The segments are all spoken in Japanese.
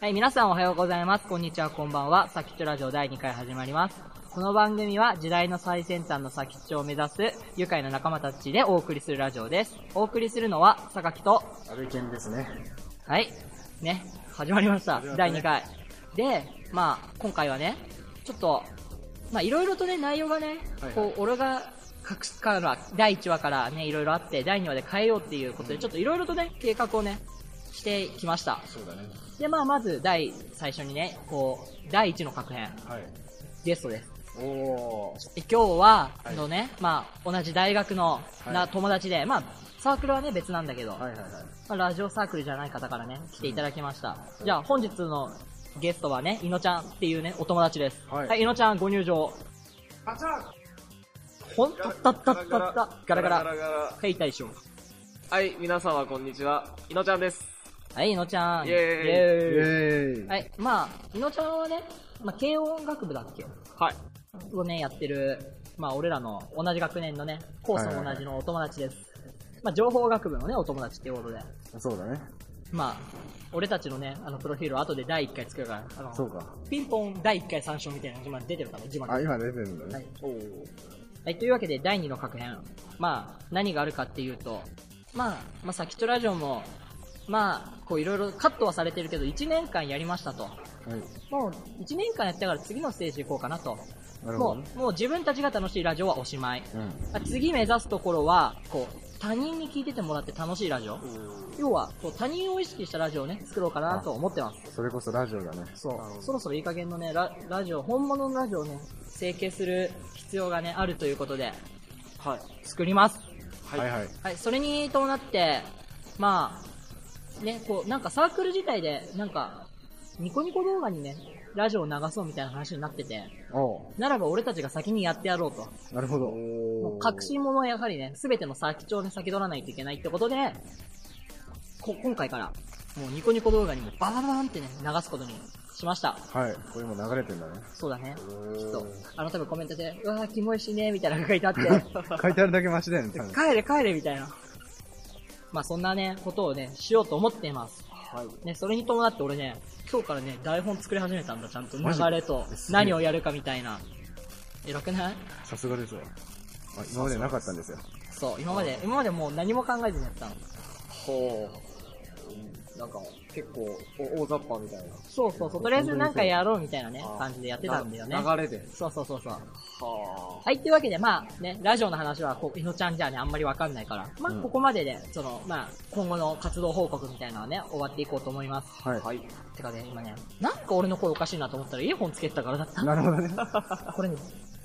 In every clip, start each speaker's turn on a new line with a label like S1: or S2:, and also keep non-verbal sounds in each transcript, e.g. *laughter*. S1: はい、皆さんおはようございます。こんにちは、こんばんは。サキッチョラジオ第2回始まります。この番組は時代の最先端のサキッチョを目指す愉快な仲間たちでお送りするラジオです。お送りするのは、榊と、
S2: 安倍健ですね。
S1: はい、ね、始まりました。
S2: 始まった
S1: 第
S2: ね
S1: 2回。で、まあ、今回はね、ちょっと、まあ、いろいろとね、内容がね、
S2: はいはい
S1: こう、俺が、隠すから、第1話からね、いろいろあって、第2話で変えようっていうことで、ちょっといろいろとね、計画をね、してきました。
S2: そうだね。
S1: で、まあ、まず、第、最初にね、こう、第1の格編、
S2: はい。
S1: ゲストです。
S2: おー。
S1: で今日は、
S2: はい
S1: あのね、まあ、同じ大学の、
S2: はい
S1: な友達で、まあ、サークルはね、別なんだけど、
S2: はいはいはい。
S1: まあラジオサークルじゃない方からね、来ていただきました。じゃあ、本日のゲストはね、いのちゃんっていうね、お友達です。
S2: はい
S1: い、いのちゃん、ご入場。
S2: ガチャ
S1: ほんとったったったった。ガラガラ。
S3: ラ。
S1: はい、大将。
S3: はい、皆様こんにちは。いのちゃんです。
S1: はい、いのちゃん。
S3: イエーイ
S2: イ
S1: イエーイ
S2: ェーイ。
S1: はい、まあ、いのちゃんはね、まあ、軽音楽部だっけ
S3: はい。
S1: をね、やってる、まあ、俺らの同じ学年のね、コースも同じのお友達です。まあ、情報学部のね、お友達っていうことで。
S2: そうだね。
S1: まあ、俺たちのね、あの、プロフィールは後で第1回作るから、あの、
S2: そうか。
S1: ピンポン第1回参照みたいなのが出てるから、字幕。
S2: あ、今出てるんだね。
S1: はいはい、というわけで第2の確変。まあ、何があるかっていうと、まあ、まあ、サキットラジオも、まあ、こういろいろカットはされてるけど、1年間やりましたと。
S2: はい。
S1: もう、1年間やったから次のステージ行こうかなと。
S2: なるほど
S1: も
S2: ね。
S1: う、もう自分たちが楽しいラジオはおしまい。
S2: うん。
S1: まあ次目指すところは、こう、他人に聞いててもらって楽しいラジオ。要は、こう他人を意識したラジオをね、作ろうかなと思ってます。
S2: それこそラジオだね。
S1: そう。そろそろいい加減のね、ララジオ、本物のラジオをね、整形する必要がね、あるということで、
S3: はい。
S1: 作ります。
S3: は
S2: はいはい。はい
S1: はい、それに伴って、まあ、ね、こう、なんかサークル自体で、なんか、ニコニコ動画にね、ラジオを流そうみたいな話になってて、
S2: おう
S1: ならば俺たちが先にやってやろうと。
S2: なるほど。
S1: もう確信者はやはりね、すべての先長に先取らないといけないってことで、こ今回から、もうニコニコ動画にもバババーンってね、流すことにしました。
S2: はい。これも流れてんだね。
S1: そうだね。
S2: ー
S1: きっと。あの多分コメントで、うわー、キモいしねーみたいなのが書いてあって、
S2: 書いてあるだけマシだよね、多分。
S1: 帰れ帰れみたいな。まあそんなね、ことをね、しようと思っています。
S3: はい。
S1: ね、それに伴って俺ね、今日からね、台本作り始めたんだ、ちゃんと。流
S2: マジ
S1: れと
S2: え、すげえ
S1: 何をやるかみたいな。偉くない
S2: さすがですわ。あ今までなかったんですよ。
S1: そう、今まで、今までもう何も考えずにやってたの。
S3: ほう。なんか、結構、お大雑把みたいな。
S1: そうそうそう、とりあえずなんかやろうみたいなね
S3: あ、ー
S1: 感じでやってたんだよね。
S3: な流れで。
S1: そうそうそうそう。
S3: は
S1: はい、というわけで、まあね、ラジオの話は、こう、いのちゃんじゃね、あんまりわかんないから、まあ、
S2: うん
S1: ここまでで、その、まあ、今後の活動報告みたいなのはね、終わっていこうと思います。
S2: は
S3: あ。はい。
S1: てかね、今ね、なんか俺の声おかしいなと思ったら、イヤホンつけてたからだった *laughs*
S2: い。。なるほどね。
S1: これね、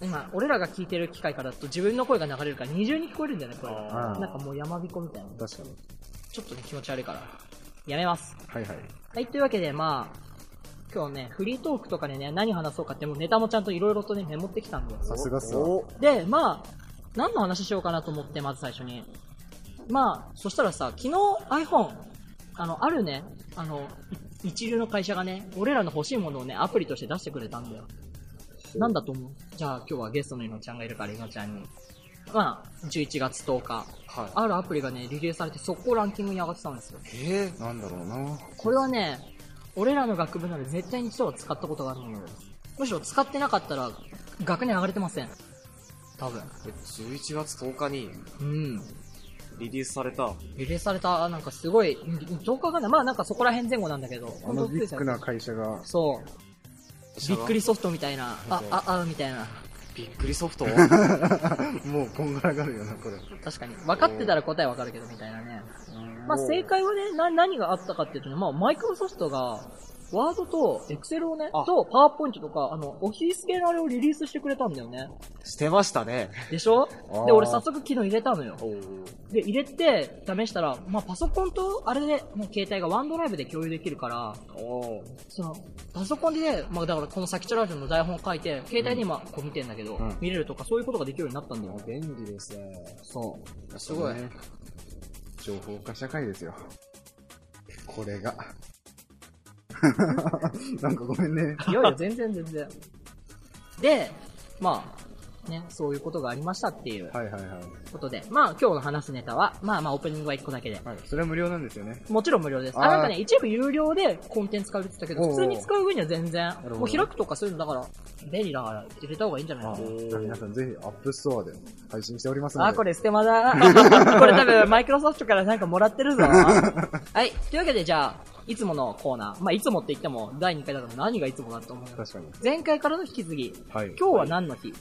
S1: 今、俺らが聞いてる機械からだと自分の声が流れるから二重に聞こえるんだよね、これが。
S2: あー
S1: なんかもう山彦みたいな。
S2: 確かに。
S1: ちょっとね、気持ち悪いから。やめます。
S2: はいはい。
S1: はい、というわけで、まあ、今日ね、フリートークとかでね、何話そうかって、もうネタもちゃんといろいろとね、メモってきたんで。
S2: さすがっすわ。
S1: で、まあ、何の話しようかなと思って、まず最初に。まあ、そしたらさ、昨日 iPhone、あの、あるね、あの、い一流の会社がね、俺らの欲しいものをね、アプリとして出してくれたんだよ。なんだと思うじゃあ今日はゲストのいのちゃんがいるから、いのちゃんに。まあ、11月10日、
S3: はい。
S1: あるアプリがね、リリースされて速攻ランキングに上がってたんですよ。
S3: えー、
S2: なんだろうな。
S1: これはね、俺らの学部なら絶対に一度は使ったことがあるのよ。むしろ使ってなかったら、学年上がれてません。多分。
S3: え11月10日に
S1: うん。
S3: リリースされた。は
S1: リリースされた、なんかすごい、うん10日かなまあなんかそこら辺前後なんだけど。
S2: あのビッグな会社が、
S1: そう。びっくりソフトみたいな、あ、あ、あ、みたいな。
S3: びっくりソ *laughs* フト
S2: *laughs* もうこんがらがるよな、これ。
S1: 確かに。分かってたら答え分かるけど、みたいなね。まあ正解はね、な、何があったかっていうとね、まあマイクロソフトが、ワードとエクセルをね、
S3: あ
S1: とパワーポイントとか、あの、オフィス系のあれをリリースしてくれたんだよね。
S3: してましたね。
S1: でしょ
S2: あー
S1: で、俺早速昨日入れたのよ。
S3: お
S1: で、入れて、試したら、まあパソコンと、あれで、もう携帯がワンドライブで共有できるから、
S3: お
S1: そのパソコンでね、まあ、だからこの先チャラジオの台本書いて携帯で今こう見てんだけど、
S2: うん
S1: 見れるとかそういうことができるようになったんだ
S2: *laughs*
S1: よ、
S3: 便利ですね。
S2: そう。
S3: すごい
S2: ね。情報化社会ですよ。これが。 *laughs* なんかごめんね。
S1: いやいや全然全然でまあね、そういうことがありましたっていう
S2: はいはいはい。
S1: ことで、まあ今日の話すネタは、まあまあオープニングは1個だけで。
S2: はい。それは無料なんですよね。
S1: もちろん無料です。あ、
S2: あー
S1: なんかね、一部有料でコンテンツ買うって言ってたけど、
S2: おうおう
S1: 普通に使う分には全然
S2: ほ、ど
S1: もう開くとかそういうのだから、便利だから入れた方がいいんじゃない
S2: あ
S1: の
S2: ー皆さんぜひ、アップストアで配信しておりますので。
S1: あ、これステマだ。 *laughs* これ多分、マイクロソフトからなんかもらって
S2: *laughs*
S1: るぞ。はい。というわけで、じゃあ、いつものコーナー。まあ、いつもって言っても、第2回だから何がいつもだと思うよ
S2: 確かに。
S1: 前回からの引き継ぎ。
S2: はい。
S1: 今日は何の日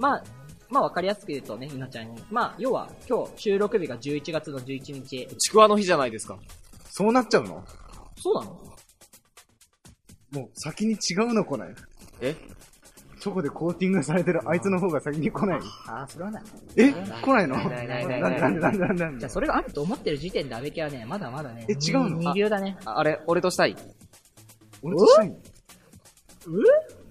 S1: まあ、まあ、わかりやすく言うとね、ゆなちゃんに。まあ、要は、今日、収録日が11月の11日。
S3: ちくわの日じゃないですか。
S2: そうなっちゃうの
S1: そうなの
S2: もう先に違うの来ない。
S3: え
S2: チョコでコーティングされてるあいつの方が先に来ない。
S1: ああ、それはない。
S2: え来ないの
S3: ないないないな
S2: ん
S3: い
S2: でなんでなんでなんでなん
S1: じゃ
S2: で
S1: あ、それがあると思ってる時点で、安倍家はね、まだまだね。
S2: え違うの
S1: 二流だね。
S3: ああれ、俺としたい。
S2: 俺としたいの
S1: う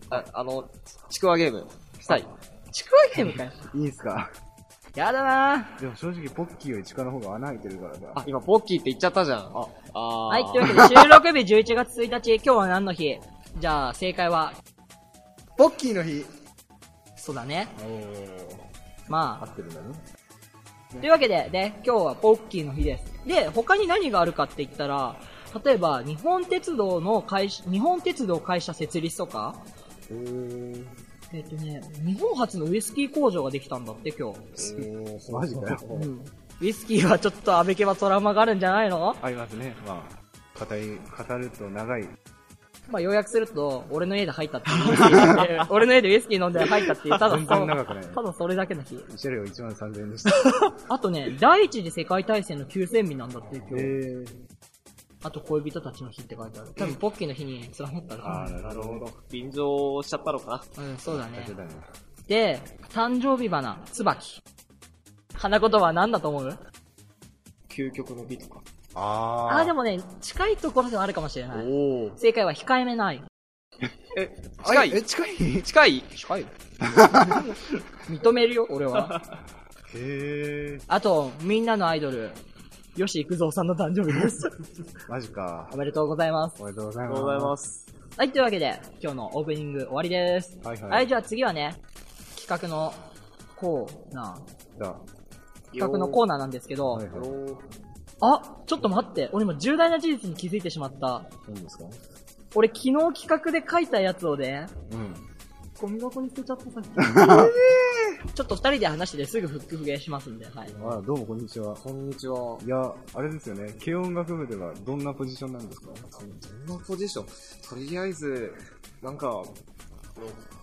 S3: あ、あの、ちくわゲーム。したい。
S1: ちくわゲームかよ。
S2: いいんすか
S1: *laughs* やだな
S2: でも正直ポッキーより力の方が穴開いてるからさ。
S3: あ、今、ポッキーって言っちゃったじゃん。あ、あ
S1: はい、という
S3: ー
S1: わけで、収録日11月1日、今日は何の日じゃあ、正解は、
S2: ポッキーの日
S1: そうだね。
S2: おー。合
S1: ま
S2: ってるんだね。
S1: あ、というわけで、ね、今日はポッキーの日です。で、他に何があるかって言ったら、例えば、日本鉄道の会社、日本鉄道会社設立とか、
S2: えー。
S1: えっ、とね、日本初のウイスキー工場ができたんだって、今日。
S2: マジかよ。
S1: うんウイスキーはちょっと安倍家はトラウマがあるんじゃないの
S2: ありますね。まあ、語り、語ると長い。
S1: まあ、要約すると、俺の家で入ったっていう。
S2: *laughs*
S1: 俺の家でウイスキー飲んで入ったっていう、ただそ
S2: 全然長くない
S1: ただそれだけの日。
S2: 車両1万3000円でした。
S1: あとね、第一次世界大戦の休戦日なんだって、今日。
S2: えー。
S1: あと恋人たちの日って書いてある。多分ポッキーの日に貫ったの
S2: あ
S1: か
S2: ー、な
S3: な
S2: る
S3: る
S2: ほ
S3: ほ
S2: ど。
S3: ど。便乗しちゃったのかな。
S1: な。うん、そうだ
S2: だ
S1: ね
S2: け。だね。
S1: で、誕生日花、椿。花言葉は何だと思う
S3: 究極の美とか。
S2: あ
S1: あー、でもね、近いところではあるかもしれない。
S3: おお。
S1: 正解は控えめない。
S3: え、
S2: 近
S3: 近
S2: いえ、近い
S3: い近い近い
S1: 認めるよ、俺
S2: *laughs*
S1: は。
S2: へえ。
S1: あと、みんなのアイドル、吉幾三さんの誕生日
S2: *laughs*
S1: です。
S2: マジか
S1: お。めでとうございます。
S2: おめでとうござい
S3: あり
S2: ます。
S3: がとうございます。
S1: はい、というわけで、今日のオープニング終わりです。
S2: はいはい。
S1: はい、じゃあ次はね、企画のコーナー。
S2: じゃあ
S1: 企画のコー
S3: ナ
S1: ナーなんですけど、
S2: はいはい。
S1: あ、ちょっと待って。俺今重大な事実に気づいてしまった。
S2: 何ですか
S1: 俺昨日企画で書いたやつをね、
S2: うん。
S1: ゴミ箱に捨てちゃったさっき。 *laughs* ちょっと二人で話してすぐ復旧復元しますんで、はい。
S2: あ、どうもこんにちは。
S3: こんにちは。ど
S2: いや、あれですよね。軽音楽部ではどんなポジションなんですか
S3: んなポジションとりあえず、なんか、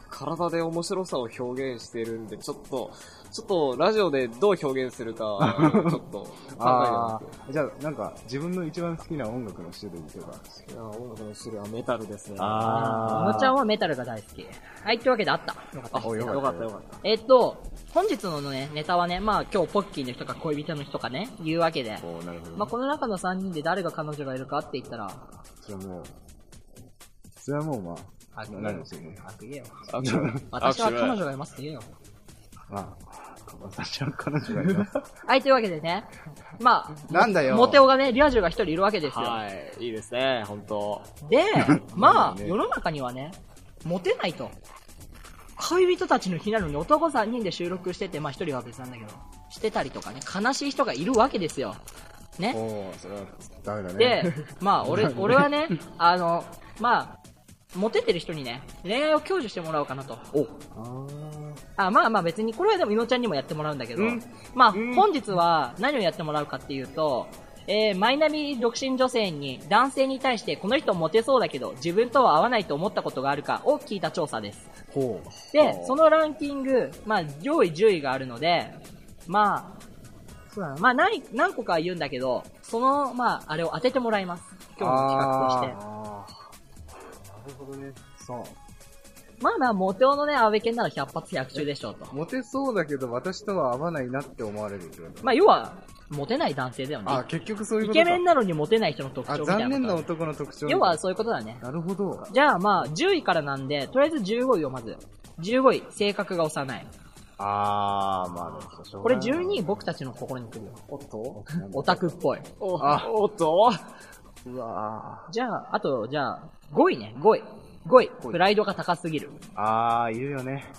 S3: 体で面白さを表現してるんで、ちょっと、ちょっとラジオでどう表現する *laughs* か、ちょっと考え
S2: あ
S3: てます。
S2: あ、じゃあなんか自分の一番好きな音楽の種類とか。
S3: いや音楽の種類はメタルですね。
S1: おもちゃんはメタルが大好き。はい、というわけであった。よかった
S2: あおよ
S3: よかったよかった。
S1: えっと、本日のね、ネタはね、まあ今日ポッキーの人か恋人の人かね、言うわけで。
S2: おーなるほどね。
S1: まあこの中の3人で誰が彼女がいるかって言ったら、
S2: それはもう、それはもうまあ、
S1: 悪言え
S2: なん
S1: よ
S2: ですよね。。
S1: 悪言えよ。
S3: 握
S1: 私
S3: 手
S1: は彼女がいますって言えよ。
S2: まあ、私は彼女がいます。
S1: はい、というわけでね。まあ、
S2: なんだよ。
S1: モテオがね、リア充が一人いるわけですよ。
S3: はい、いいですね、本当
S1: で、
S2: *laughs*
S1: まあ、
S2: ね
S1: 世の中にはね、モテないと。恋人たちの日なのに男3人で収録してて、まあ一人は別なんだけど、してたりとかね、悲しい人がいるわけですよ。ね。
S2: おーそれは *laughs* ダメだね。
S1: で、ま
S2: *laughs*
S1: あ俺、俺はね、あの、まあ、モテてる人にね、恋愛を享受してもらおうかなと。
S2: あー
S1: あまあまあ別に、これはでもいのちゃんにもやってもらうんだけど、
S2: うん
S1: まあ
S2: うん
S1: 本日は何をやってもらうかっていうと、えー、マイナビ独身女性に男性に対してこの人モテそうだけど自分とは合わないと思ったことがあるかを聞いた調査です。
S2: ほう。
S1: で、そのランキング、まあ上位10位があるので、まあ、そうだな、まあ何、何個か言うんだけど、その、まああれを当ててもらいます。今日の企画として。
S2: あーなるほどね。そう。
S1: まあまあモテ男のね、安倍健なら100発100中でしょうと。
S2: モテそうだけど、私とは合わないなって思われるってこと
S1: まあ要は、モテない男性だよね。
S2: あ、結局そういう
S1: イ
S2: ことか。
S1: ケメンなのにモテない人の特
S2: あ、
S1: 徴みたいな
S2: 残念な
S1: こと
S2: 男の特徴。
S1: 要は、そういうことだね
S2: なるほど。
S1: じゃあまあ10位からなんでとりあえず15位をまず15位性格が幼い
S2: あー、まあ、
S1: これ12位僕たちの心に来るよ
S3: おっと
S1: オタクっぽい
S3: お
S2: あ
S3: おっと
S2: うわ
S1: じゃああとじゃあ5位ね5位5位プライドが高すぎる
S2: ー。あー、いるよね。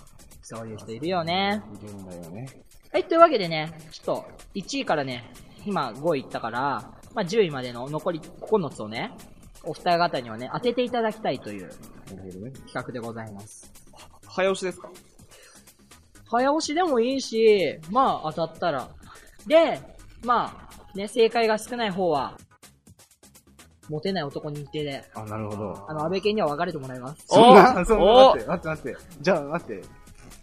S1: そういう人いるよね。
S2: いるんだよね。
S1: はい、というわけでね、ちょっと、1位からね、今5位いったから、まあ、10位までの残り9つをね、お二方にはね、当てていただきたいという
S2: なるほどね。
S1: 企画でございます。
S3: 早押しですか
S1: 早押しでもいいし、まあ当たったら。で、まあ、ね、正解が少ない方は、モテない男認定で、
S2: あ、なるほど。
S1: あの、安倍健には別れてもらいます。
S2: そんな、
S3: お
S2: そんな、待って、待って、待って。じゃあ、待って。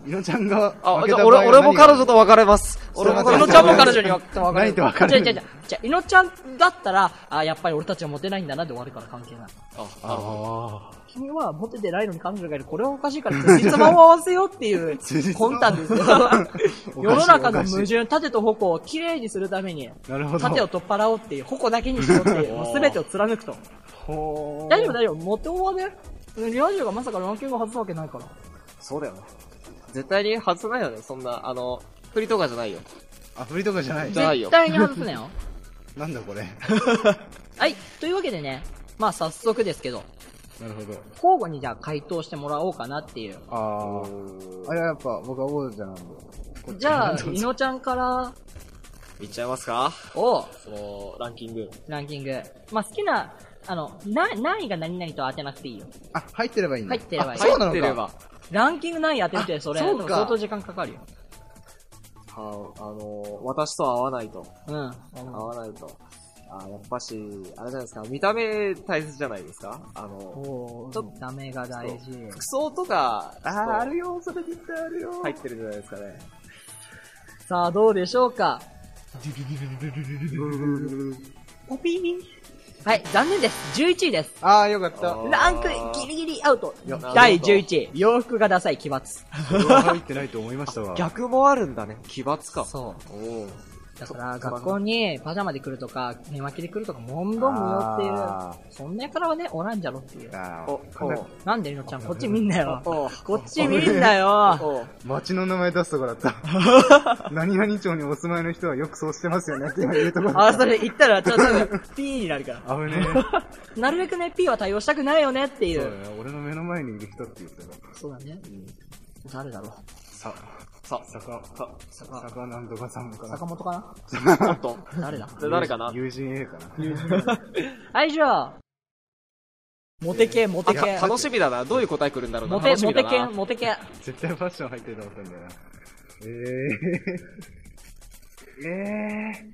S2: いのちゃんが負けた場合
S3: あ、
S2: は何が、
S3: じゃあ俺、俺も彼女と別れます。俺も彼
S1: い
S3: 女
S1: のちゃんも彼女には別れる。
S2: ないと別れる
S1: じゃじゃじゃいのちゃんだったら、あ、やっぱり俺たちはモテないんだなって終わるから関係ない。
S3: あ、なるほ
S2: ああ。
S1: 君はモテてないのに彼女がいる。これはおかしいから、辻褄を合わせようっていう
S2: 辻、褄
S1: 魂胆ですよ。
S2: *laughs* おかしい
S1: 世の中の
S2: お
S1: 矛
S2: かし
S1: 盾、縦と矛をきれいにするために、
S2: いなるほど。
S1: 縦を取っ払おうっていう、矛だけにしようって
S2: *laughs*
S1: いう、もう全てを貫くと。
S2: ほー
S1: 大丈夫大丈夫、モテオはね、リア充がまさかランキング外すわけないから。
S3: ど。そうだよな。絶対に外せないよね、そんな、あの、振りとかじゃないよ。
S2: あ、振りとかじゃない
S3: じ。ゃないよ
S1: 絶対に外すなよ。
S2: なんだこれ。
S1: はい、というわけでね、まあ早速ですけど、
S2: なるほど。
S1: 交互にじゃあ回答してもらおうかなっていう。
S2: ああ。あれはやっぱ僕は王者なんで。
S1: じゃあ、いのちゃんから
S3: いっちゃいますか
S1: を
S3: その、ランキング。
S1: ランキング。まあ好きな、あの、な、何位が何々と当てなくていいよ。
S2: あ、入ってればいいんだ。
S1: 入ってればいい
S2: あそうなの
S3: 入ってれ
S2: か。
S3: ば。
S1: ランキング何位当てるって、それ、
S3: あそうか
S1: でも相当時間かかるよ。
S3: はあの、私と合わないと。
S1: うん。
S3: 合わないと。あやっぱし、あれじゃないですか、見た目大切じゃないですかあの、
S1: お
S3: ちょっ
S1: ー、ダメが大事。
S3: 服装とか、
S2: あ
S3: ちょっ
S2: あ、
S3: と
S2: あるよ、それ絶対あるよ。
S3: 入ってるじゃないですかね。
S1: さあ、どうでしょうかポピーはい、残念です。11位です。
S2: ああ、よかった。
S3: あー
S1: ランクギリギリアウト
S3: やなるほ。ど
S1: 第11位。洋服がダサい奇抜。
S2: 俺は入ってないと思いましたわ。
S3: 逆もあるんだね。奇抜か。
S1: そ
S3: おー
S1: う。だから、学校にパジャマで来るとか、寝巻きで来るとか、もんどんむよって
S2: あ
S1: いう。そんなやからはね、おらんじゃろっていう。
S2: あ
S3: お
S2: ー、こんな
S3: お
S1: なんでりのちゃん、こっち見んなよ。
S3: お
S1: こっち見んなよ。
S3: お
S2: 町の名前出すとこだ *laughs* った。何々町にお住まいの人はよくそうしてますよねって今言うとこだ
S1: あ、
S2: っ
S1: それ言ったら、ちょっと、ピーになるから。
S2: た。危 *laughs* ね
S1: なるべくね、P は対応したくないよねってい
S2: え。そう
S1: う。
S2: だよ、俺の目の前にいる人って言ったら、
S1: そうだね。誰だろう。
S2: さ、
S3: さ、
S2: 坂、さ、
S1: 坂
S2: 坂なんとかさんかな
S1: 坂。本か
S3: おっと。
S1: な誰だ
S3: じゃあ誰かな
S2: 友人 A かな。
S1: はい、じゃあ。モテ系、モテ系。
S3: 楽しみだな。どういう答え来るんだろうな。
S1: モテ、
S3: 楽し
S1: モ
S3: みだ
S1: テ
S3: な
S1: 系、モテ系。
S2: 絶対ファッション入ってると思ったんだよな。ええ。ええ。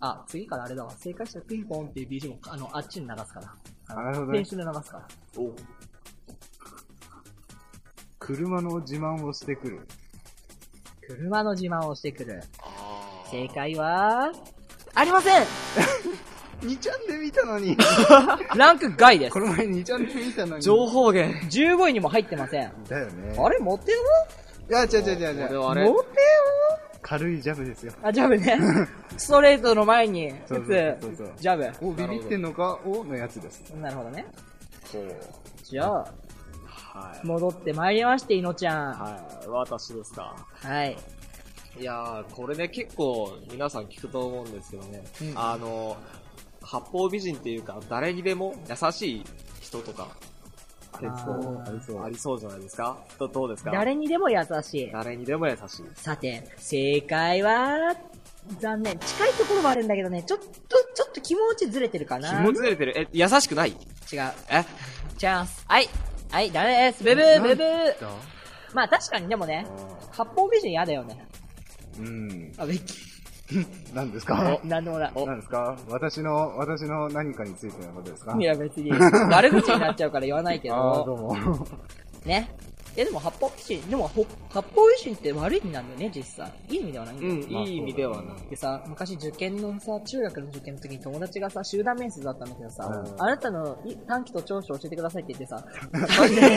S1: あ、次からあれだわ。正解したらピンポンっていう BG も、あの、あっちに流すから。
S2: なるほどね
S1: 練習で流すから。
S3: お
S2: 車の自慢をしてくる。
S1: 車の自慢をしてくる。
S3: あー
S1: 正解は、ありません
S2: 2ちゃんで見たの *laughs* に。
S1: *laughs* ランク外です
S2: こ。の前2ちゃんで見たのに。
S3: 情報源。
S1: 15位にも入ってません。
S2: だよね。
S1: あれ、モテ
S2: いや、違う違う違う
S3: これ
S2: 違う。
S1: オ
S3: は
S1: モ
S3: あれ
S1: テ
S2: 軽いジャブですよ。
S1: オあ、ジャブ *laughs* ね。ストレートの前に、打
S2: そう
S1: つ
S2: そうそうそう、
S1: ジャブ。
S2: お、ビビってんのかおのやつです。
S1: なるほどね。
S3: ほう
S1: じゃあ、
S3: はい。
S1: 戻ってまいりまして、いのちゃん。
S3: はい。私ですか。
S1: はい。
S3: いやー、これね、結構皆さん聞くと思うんですけどね、
S1: うん
S3: あの、八方美人っていうか、誰にでも優しい人とか、ありそう
S1: あ、ー
S3: ありそう、ありそうじゃないですかどどうですか
S1: 誰にでも優しい。
S3: 誰にでも優しい。
S1: さて、正解は、残念。近いところはあるんだけどね、ちょっと、ちょっと気持ちずれてるかな。
S3: 気持ちずれてる。え、優しくない
S1: 違う。
S3: え
S1: チャンス。はい。はい、ダメです。ブブー、
S2: なん
S1: ブブー。
S2: だ
S1: まあ確かにでもね、八方美人嫌だよね。
S2: うん。
S1: あ、べっき。
S2: 何ですか
S1: なんでもない。
S2: 何ですか私の、私の何かについてのことですか
S1: いや別
S2: *laughs*
S1: に、悪口になっちゃうから言わないけ
S2: ああ、どう
S1: ど、
S2: も。
S1: ね。え、でも八方美人、でもほ八方美人って悪い意味なんだよね、実際。いい意味ではないんだ
S3: う
S1: よ。
S3: ん、いい意味ではない。
S1: でさ、昔受験のさ、中学の受験の時に友達がさ、集団面接だったんだけどさ、
S2: うん
S1: あなたのい短期と長所を教えてくださいって言ってさ、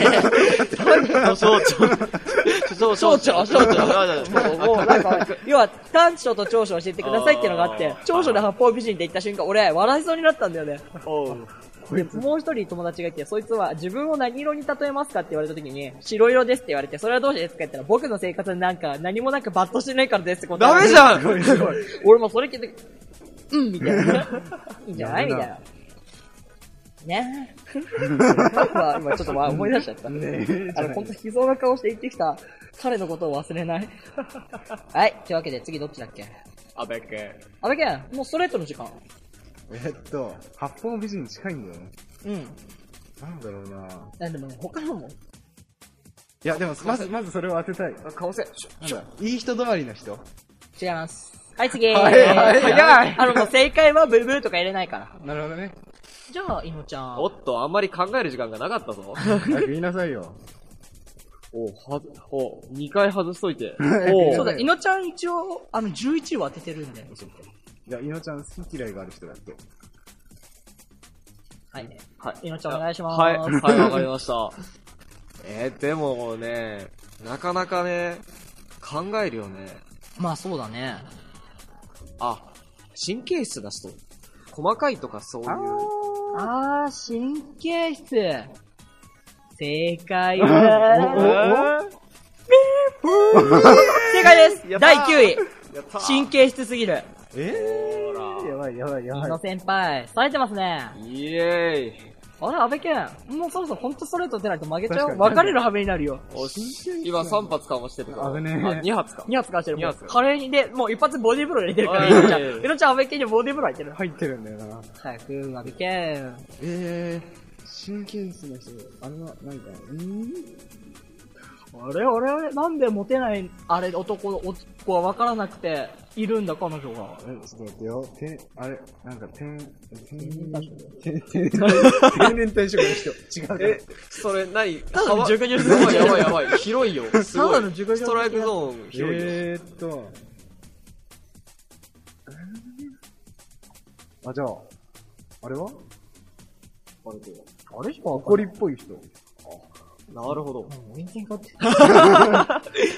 S1: 長
S3: そうそうそうそう
S1: 所、 *laughs*
S3: そう
S1: 長所
S3: そう
S1: もうもうなんか、要は短所と長所を教えてくださいっていうのがあって
S3: あ、ー
S1: 長所で八方美人って言った瞬間、俺、笑いそうになったんだよね。
S3: おう
S1: で、もう一人友達がいて、そいつは自分を何色に例えますかって言われた時に、白色ですって言われて、それはどうしてですかって言ったら、僕の生活になんか何もなくバッとしてないからですってこと
S3: ダメじゃん
S1: *laughs*
S2: *laughs*
S1: 俺もそれ聞いて、うんみたいな。いいんじゃないみたいな。ね。今、今ちょっとま思い出しちゃった。
S2: ねえ
S1: あの、ほんと悲壮な顔して言ってきた彼のことを忘れない。 *laughs* はい。というわけで、次どっちだっけ
S3: あべけ。
S1: あべけん、もうストレートの時間。
S2: えっと、八方美人に近いんだよね。
S1: うん。
S2: なんだろうな
S1: えでも、他のも。
S2: いや、でも、まず、まずそれを当てたい。
S3: あ、顔せ。しょ
S2: なんだ、いい人止まりの人。
S1: 違います。はい、次。
S2: はいはい早
S1: *laughs*
S2: い
S1: あの、もう正解はブーブーとか入れないから。
S2: なるほどね。
S1: じゃあ、いのちゃん。
S3: おっと、あんまり考える時間がなかったぞ。
S2: 早く言いなさいよ。
S3: おは、お2回外しといて。
S2: お
S1: そうだ、いのちゃん一応、あの、11を当ててるんで。
S2: いや、いのちゃん好き嫌いがある人だって。
S1: はい。
S3: はい
S1: いのちゃんお願いします
S3: はい、はい、わかりました。えー、でもね、なかなかね、考えるよね。
S1: まあ、そうだね。
S3: あ、神経質な人。細かいとかそういう。
S1: あー、神経質。正解 *laughs*
S2: おお
S1: だ。正解です。
S3: やった
S1: 第
S3: ー
S1: 9位。
S3: やった
S1: 神経質すぎる。
S2: え
S3: ほ
S2: ー、や
S3: ら。
S2: ばいやばいや
S1: い
S2: ば
S1: の
S2: い。
S1: 先輩、冴えてますね。
S3: イエ
S1: あれ、安倍健、もうそろそろ本当ストレート出ないと負けちゃ
S2: 確か
S1: う。
S2: に
S1: 別れる羽目になるよ。
S3: ーイ。おし、今3発かもしてるから。
S2: 危ねえ
S3: あ、2発か。
S1: 2発かわしてる。
S3: 二発
S1: 華麗に、で、もう一発ボディーブロー入れてるから、
S3: おい
S1: いのちゃん。いのちゃん安倍健にボディーブロー入ってる。
S2: 入ってるんだよな。
S1: 早く、安倍健。
S2: えー、神経質な人、あれは、なんか、ん
S1: あれ、あれ、あれ、なんでモテない、あれ、男、男は分からなくて、いるんだ、彼女が。
S2: え、ちょっと待ってよ。てあれ、なんか、天、天
S1: 然退職
S2: 天定年退職の人。違うから。
S3: え、それ何、
S1: ただの
S3: 幅
S1: 熟女
S3: や
S1: ゾーン
S3: ばいやばいやばい。広いよ。すごい。
S1: ただの熟女ゾーン
S3: ストライクゾーン広いよ。
S2: えーっと。あ、じゃあ、あれは
S1: あれしか
S2: 怒りっぽい人。
S3: なるほど。
S1: 俺に喧嘩売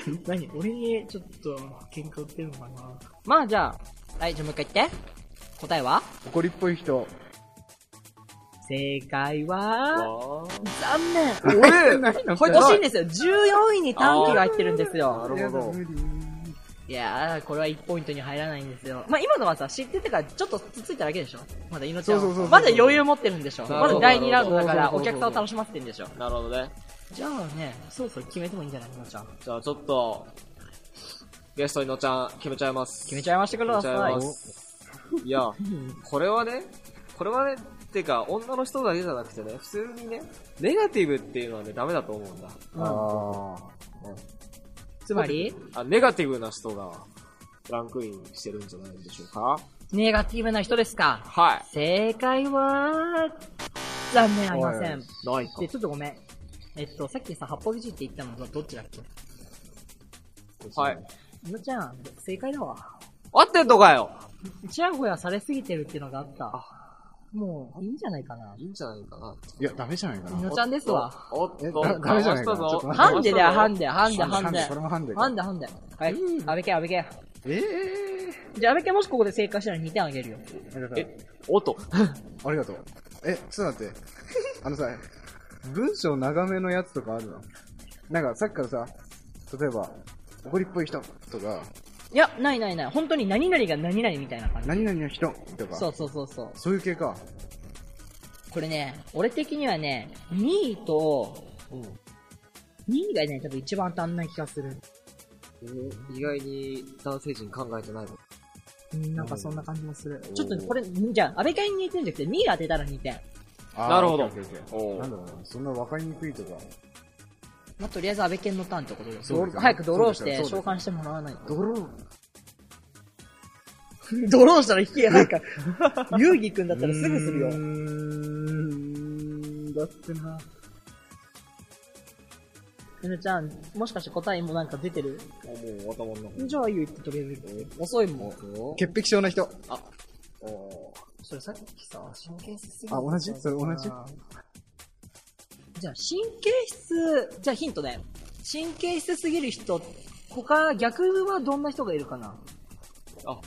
S1: *laughs* って。何俺に、ちょっと、喧嘩売ってるのかな。まあ、じゃあ、はい、じゃあもう一回言って。答えは
S2: 怒りっぽい人。
S1: 正解は、
S3: わー
S1: 残念
S3: おえ
S2: ないの
S3: 入
S1: 惜しい
S3: っ
S1: んですよ。14位に短期が入ってるんです
S3: あーな
S1: よ。
S3: るほ
S2: やだ
S3: ど
S2: 無理
S1: いやー、これは1ポイントに入らないんですよ。まあ、今のはさ、知っててからちょっとつっついただけでしょまだ命は
S2: そうそうそうそう
S1: まだ余裕持ってるんでしょ
S3: なる
S1: ま
S3: ほ
S1: だ
S3: ど
S1: 第2ラウンドだから
S2: そう
S1: お
S2: そうそうそう
S1: 客さんを楽しませてるんでしょ
S3: てなるほどね。
S1: じゃあね、そろそろ決めてもいいんじゃないのちゃん。
S3: じゃあちょっと、ゲストにのちゃん決めちゃいます。
S1: 決めちゃいましたください
S3: 決めちゃい。ます。いや、これはね、これはね、てか、女の人だけじゃなくてね、普通にね、ネガティブっていうのはね、ダメだと思うんだ。
S1: うん
S2: あ
S1: つまり、
S3: あ、ネガティブな人が、ランクインしてるんじゃないでしょうか
S1: ネガティブな人ですか
S3: は
S1: 正解は、残念ありません。で、
S3: い。ないか。
S1: ちょっとごめん。えっと、さっきさ、八方美人って言ったのどどっちだっけ
S2: あ。
S3: はい。。
S1: のちゃん、正解だわ。
S3: 合ってんのかよ
S1: ちやほやされすぎてるっていうのがあった
S3: あ。
S1: もう、いいんじゃないかな。
S3: いいんじゃないかな。
S2: いや、ダメじゃないか
S1: いい
S2: な
S1: の。ちゃんですわ。
S3: おっと、
S2: え
S3: お
S2: だ
S3: っと、
S2: ダメじゃないか
S3: 騙
S2: なちょっと
S3: し
S2: 待
S3: た
S2: っ
S3: ぞ
S2: て
S1: ハンデだよ、ハン
S3: デ。
S1: デ、ハンデ、ハ
S2: ハ
S1: ン
S2: ン
S1: デ。
S2: デこれもハンデか
S1: ハンデ、ハンデ。はい。あべけ、あべけ。
S2: え
S1: じゃあ、あべけもしここで正解したら2点あげるよ。
S2: えー。
S3: え、おっと、
S2: ありがとう。え、ちょっと待って。あのさ、文章長めのやつとかあるのなんかさっきからさ、例えば、怒りっぽい人とか、
S1: いや、ないないない。本当に何々が何々みたいな感じ。
S2: 何々の人とか、
S1: そうそうそうそう。
S2: そういう系か。
S1: これね、俺的にはね、2位と、2位がね、多分一番足んない気がする。
S3: 意外に男性陣考えてないの。
S1: うんなんかそんな感じもする。
S2: うん
S1: ちょっとこれ、じゃあ、安倍会に2点じゃなくて、2位当てたら2点。
S2: あー
S3: なるほど
S2: オッケーオッケーオッケ
S3: お
S2: ー
S3: う
S2: なんだろうな、そんな分かりにくいとか。
S1: まあ、とりあえず安倍健のターンってことで、
S2: そうですね
S1: 早くドローして
S2: そうです
S1: 召喚してもらわないと。
S2: ドロー
S1: *laughs* ドローしたら引けない *laughs* か。遊戯くんだったらすぐする
S2: うー
S1: よ。
S2: ん、だってな。
S1: ゆなちゃん、もしかして答えもなんか出てる
S3: もう頭の中
S1: じゃあゆうってとりあえず。遅いもん。
S2: 潔癖症な人。
S3: お
S1: それさっきさ、神経質すぎ
S2: あ、同じそれ同じ
S1: じゃあ神経質、じゃあヒントね。神経質すぎる人、他、逆はどんな人がいるかな
S3: あ。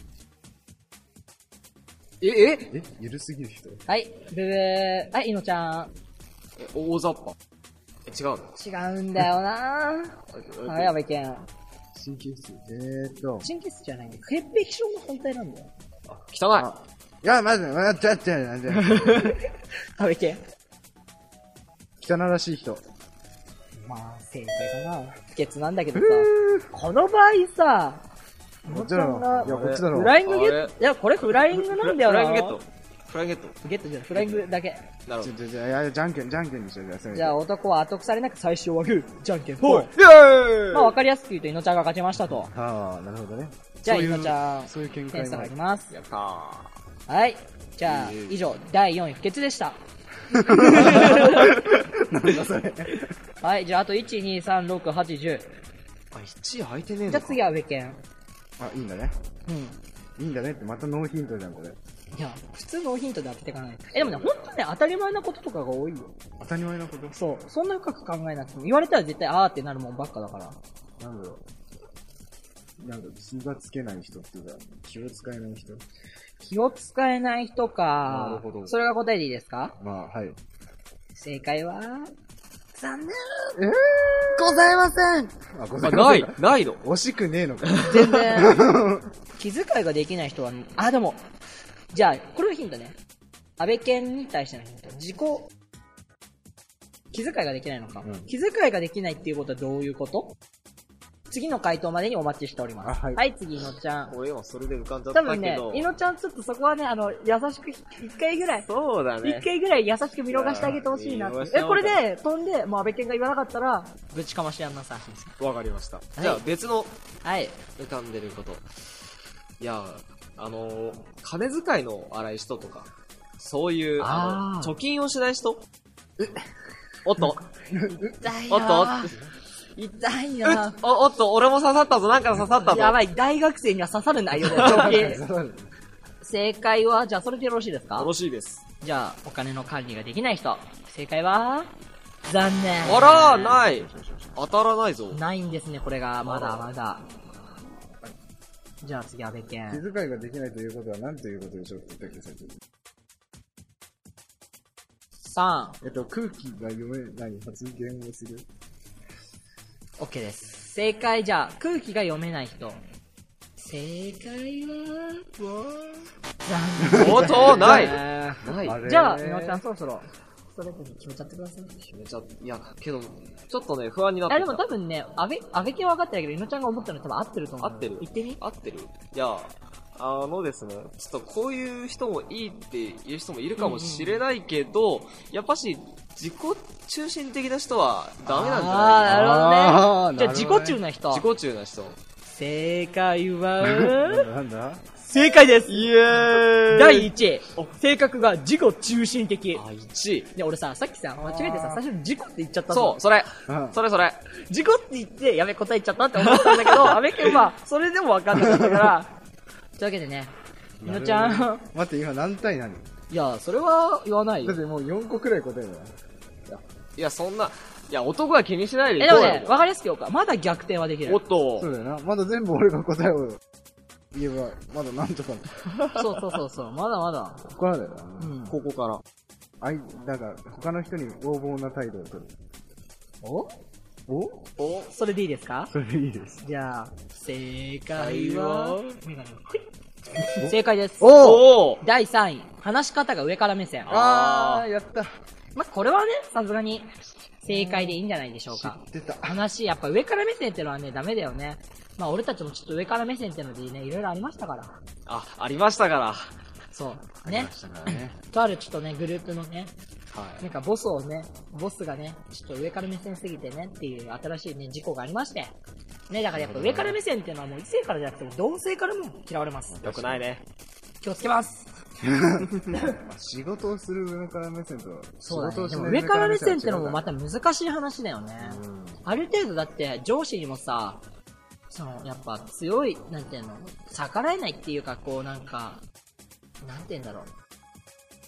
S3: え、え
S2: え、ゆるすぎる人。
S1: はい、ブブー。はい、いのちゃん。
S3: え大雑把。え、違うの
S1: 違うんだ
S2: *laughs*
S1: よなぁ。はい、安倍健。
S2: 神経質。えーっと、 *laughs*
S1: 神経質じゃないね。潔癖症の本体なんだよ。
S3: 汚い。
S2: あいや、マジで、まあ、ちゃちゃちゃ
S1: 食べて。
S2: 汚らしい人。
S1: まあ、正解かな。不潔なんだけどさ、この場合さ、
S2: こっちだろ。いや、こっちだろ
S1: フ。ライングゲ
S3: あ
S1: ッ
S3: れ
S1: ト、いや、これフライングなんだよな。
S3: フライングゲット。フライングゲッ
S1: ゲットじゃない、フライングだけ。
S3: ト。なるほ
S2: ちょちょちょいやじゃんけん、じゃんけんにしよう、じゃあ、せめて
S1: じゃあ男は後腐れなく最終はグー、じゃんけんぽい。
S3: ど。
S1: まあ分かりやすく言うと、いのちゃんが勝ちましたと。
S2: ああ、なるほどね。
S1: じゃあ、
S2: そう
S1: いうのちゃん、
S2: そういう見
S1: 点
S2: 解
S1: 数
S2: もあ
S1: 入
S2: る
S1: り。ます
S3: や。ったー。
S1: はい。じゃあ、
S3: イエーイ
S1: 以上、第4位、不潔でした。
S2: *laughs* なんだそれ。
S1: はい、じゃあ、あと1、2、3、6、8、10。
S3: あ、1位空いてねえ
S1: じ
S3: のか
S1: ゃあ次は上剣。
S2: あ、いいんだね。
S1: うん。
S2: いいんだねって、またノーヒントじゃん、これ。
S1: いや、普通のヒントで当てていかない。え、でもね、ほんとね、当たり前なこととかが多いよ。
S2: 当たり前なこと
S1: そう。そんな深く考えなくても、言われたら絶対あーってなるもんばっかだから。
S2: なんだろう。なんか気がつけない人っていうか、気を使えない人。
S1: 気を使えない人か。
S2: なるほど
S1: それが答えでいいですか
S2: まあ、はい。
S1: 正解は、残念
S2: えー、ございませんあ、ござ
S3: あ
S2: いま
S3: な
S2: せん
S3: い。、ないの。
S2: 惜しくねえのか。
S1: 全然、気遣いができない人は、あ、でも、じゃあ、これはヒントね。安倍健に対してのヒント。自己、気遣いができないのか。
S2: うん
S1: 気遣いができないっていうことはどういうこと次の回答までにお待ちしております。
S2: あはい
S1: 次、いのちゃん。
S3: 俺今それで浮かんじゃった
S1: 多
S3: けど。
S1: 分ね、いのちゃんちょっとそこはね、あの、優しく、一回ぐらい、
S3: そうだね
S1: 一。回ぐらい優しく見逃してあげてほしいなって
S3: いや見逃しち
S1: え、
S3: ゃお
S1: こ
S3: う
S1: れ
S3: か
S1: で、飛んで、もう安倍健が言わなかったら、ぶちかましてやんなさい。
S3: わかりました。じゃあ別の
S1: はい。
S3: 浮かんでること。いやー、あのー、金遣いの荒い人とか、そういう、あ
S1: あー
S3: の、貯金をしない人おっと、
S1: 痛い
S3: おっと、おっ
S1: な
S3: と
S1: ぁ痛い
S3: え
S1: なぁ
S3: おおっと、俺も刺さったぞ、なんか刺さったぞ。
S1: やばい、大学生には刺さる内容だ *laughs* よ、長
S2: 刺
S1: 期。
S2: さる
S1: 正解は、じゃあそれでよろしいですか
S3: よろしいです。
S1: じゃあ、お金の管理ができない人。正解は、残念。
S3: あらー、ない。当たらないぞ。
S1: ないんですね、これが。まだ
S3: あら
S1: まだ。じゃあ次、安倍健。
S2: *laughs* 気遣いができないということは何ということでしょうって言ったっけ、最初。
S1: 3、
S2: えっと、空気が読めない発言をする。
S1: OK です。正解、じゃあ、空気が読めない人。正解は、残
S3: おっと、
S1: 念。
S3: ない。
S1: え
S3: ない。
S2: あ
S1: ー
S2: れ
S1: じゃあ、みのちゃんそろそろ、ストレートに決めちゃってください。
S3: めちゃ、いや、けど、ちょっとね、不安になっ
S1: あ
S3: て
S1: で
S3: き
S1: も
S3: た
S1: 多。分ね、安倍、安倍系は分かってるけど、いのちゃんが思ったの多分合ってると思
S3: 合
S1: う。
S3: ってる
S1: 言ってみ
S3: 合ってるいや、あのですね、ちょっとこういう人もいいっていう人もいるかもしれないけど、やっぱし、自己中心的な人はダメなんじ
S1: あ
S3: ゃ
S1: ーなるほ
S2: あ
S1: どね。
S2: ー
S1: じゃあ
S2: なる
S1: 自
S2: ほどね
S1: 己中な人。
S3: ない自己中な人。
S1: 正解
S2: なんだ
S1: *laughs* は、
S2: なんだ
S1: 正解です。
S3: イエー
S1: 第1位。性格が自己中心的。
S3: あ、1位。
S1: で、俺さ、さっきさ、間違えてさ、最初に自己って言っちゃった
S3: そう、
S1: う。
S3: それ
S2: うん。
S3: それそれ。
S1: 自己って言って、やべ、答えちゃったって思ったんだけ *laughs* ど、安倍君は、それでも分かんなかったから。というわけでね、いのちゃ
S2: なるほ
S1: ん
S2: どね。待って、今何対何
S1: いや、それは言わない
S2: だっ
S1: よ。
S2: てもう4個くらい答えだよ。
S3: いや、そんな、いや、男は気にしないで
S1: え、で
S3: 行
S1: も
S3: こうよ
S1: ね、分かりやすく言おうか。まだ逆転はできる
S3: お。っと
S2: そうだよな。まだ全部俺が答えを言えば、まだなんとか、
S1: そうそうそうそう、まだまだ。
S2: ここなんだよな。
S1: うん。
S3: ここから。
S2: あい、なんか、他の人に横暴な態度を取る。
S1: お
S2: お
S3: お
S1: それでいいですか
S2: それいいです。
S1: じゃあ、正解
S3: は
S1: は、メガネをクイッ正解です。
S3: おお
S1: 第3位、話し方が上から目線。
S2: あー、やった。
S1: まあ、これはね、さすがに、正解でいいんじゃないでしょう
S2: 知
S1: か。
S2: ってた。
S1: 話、やっぱ上から目線ってのはね、ダメだよね。まあ、俺たちもちょっと上から目線ってのでね、いろいろありましたから。
S3: あ、ありましたから。
S1: そう。
S2: あり
S1: ね
S2: ま。したからね。
S1: *laughs* とあるちょっとね、グループのね、
S3: はい。
S1: なんかボスをね、ボスがね、ちょっと上から目線すぎてねっていう新しいね、事故がありまして。ね、だからやっぱ上から目線っていうのはもう異性からじゃなくても同性からも嫌われます。
S3: よくないね。
S1: 気をつけます。
S2: まあ仕事をする上から目線と、仕
S1: そうだ
S2: 事
S1: ね。
S2: をし
S1: で
S2: な
S1: も
S2: い
S1: 上から目線ってのもま
S2: た、
S1: た難しい話だよね。
S2: うん
S1: ある程度だって上司にもさ、その、やっぱ強い、なんていうの、逆らえないっていうか、こうなんか、なんていうんだろう。